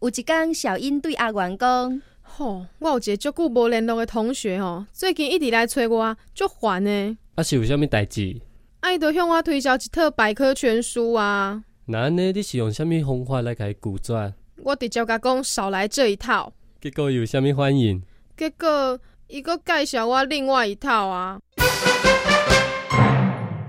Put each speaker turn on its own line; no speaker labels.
有一天，小英对阿元讲，
吼、我有一个足久无联络的同学吼、最近一直来找我，啊足烦的。
啊是有啥物代志？
啊，伊就向我推销一套百科全书啊，
那安尼你是用啥物方法来甲伊拒绝？
我直接甲讲少来这一套，
结果伊有啥物反应？
结果伊阁介绍我另外一套啊。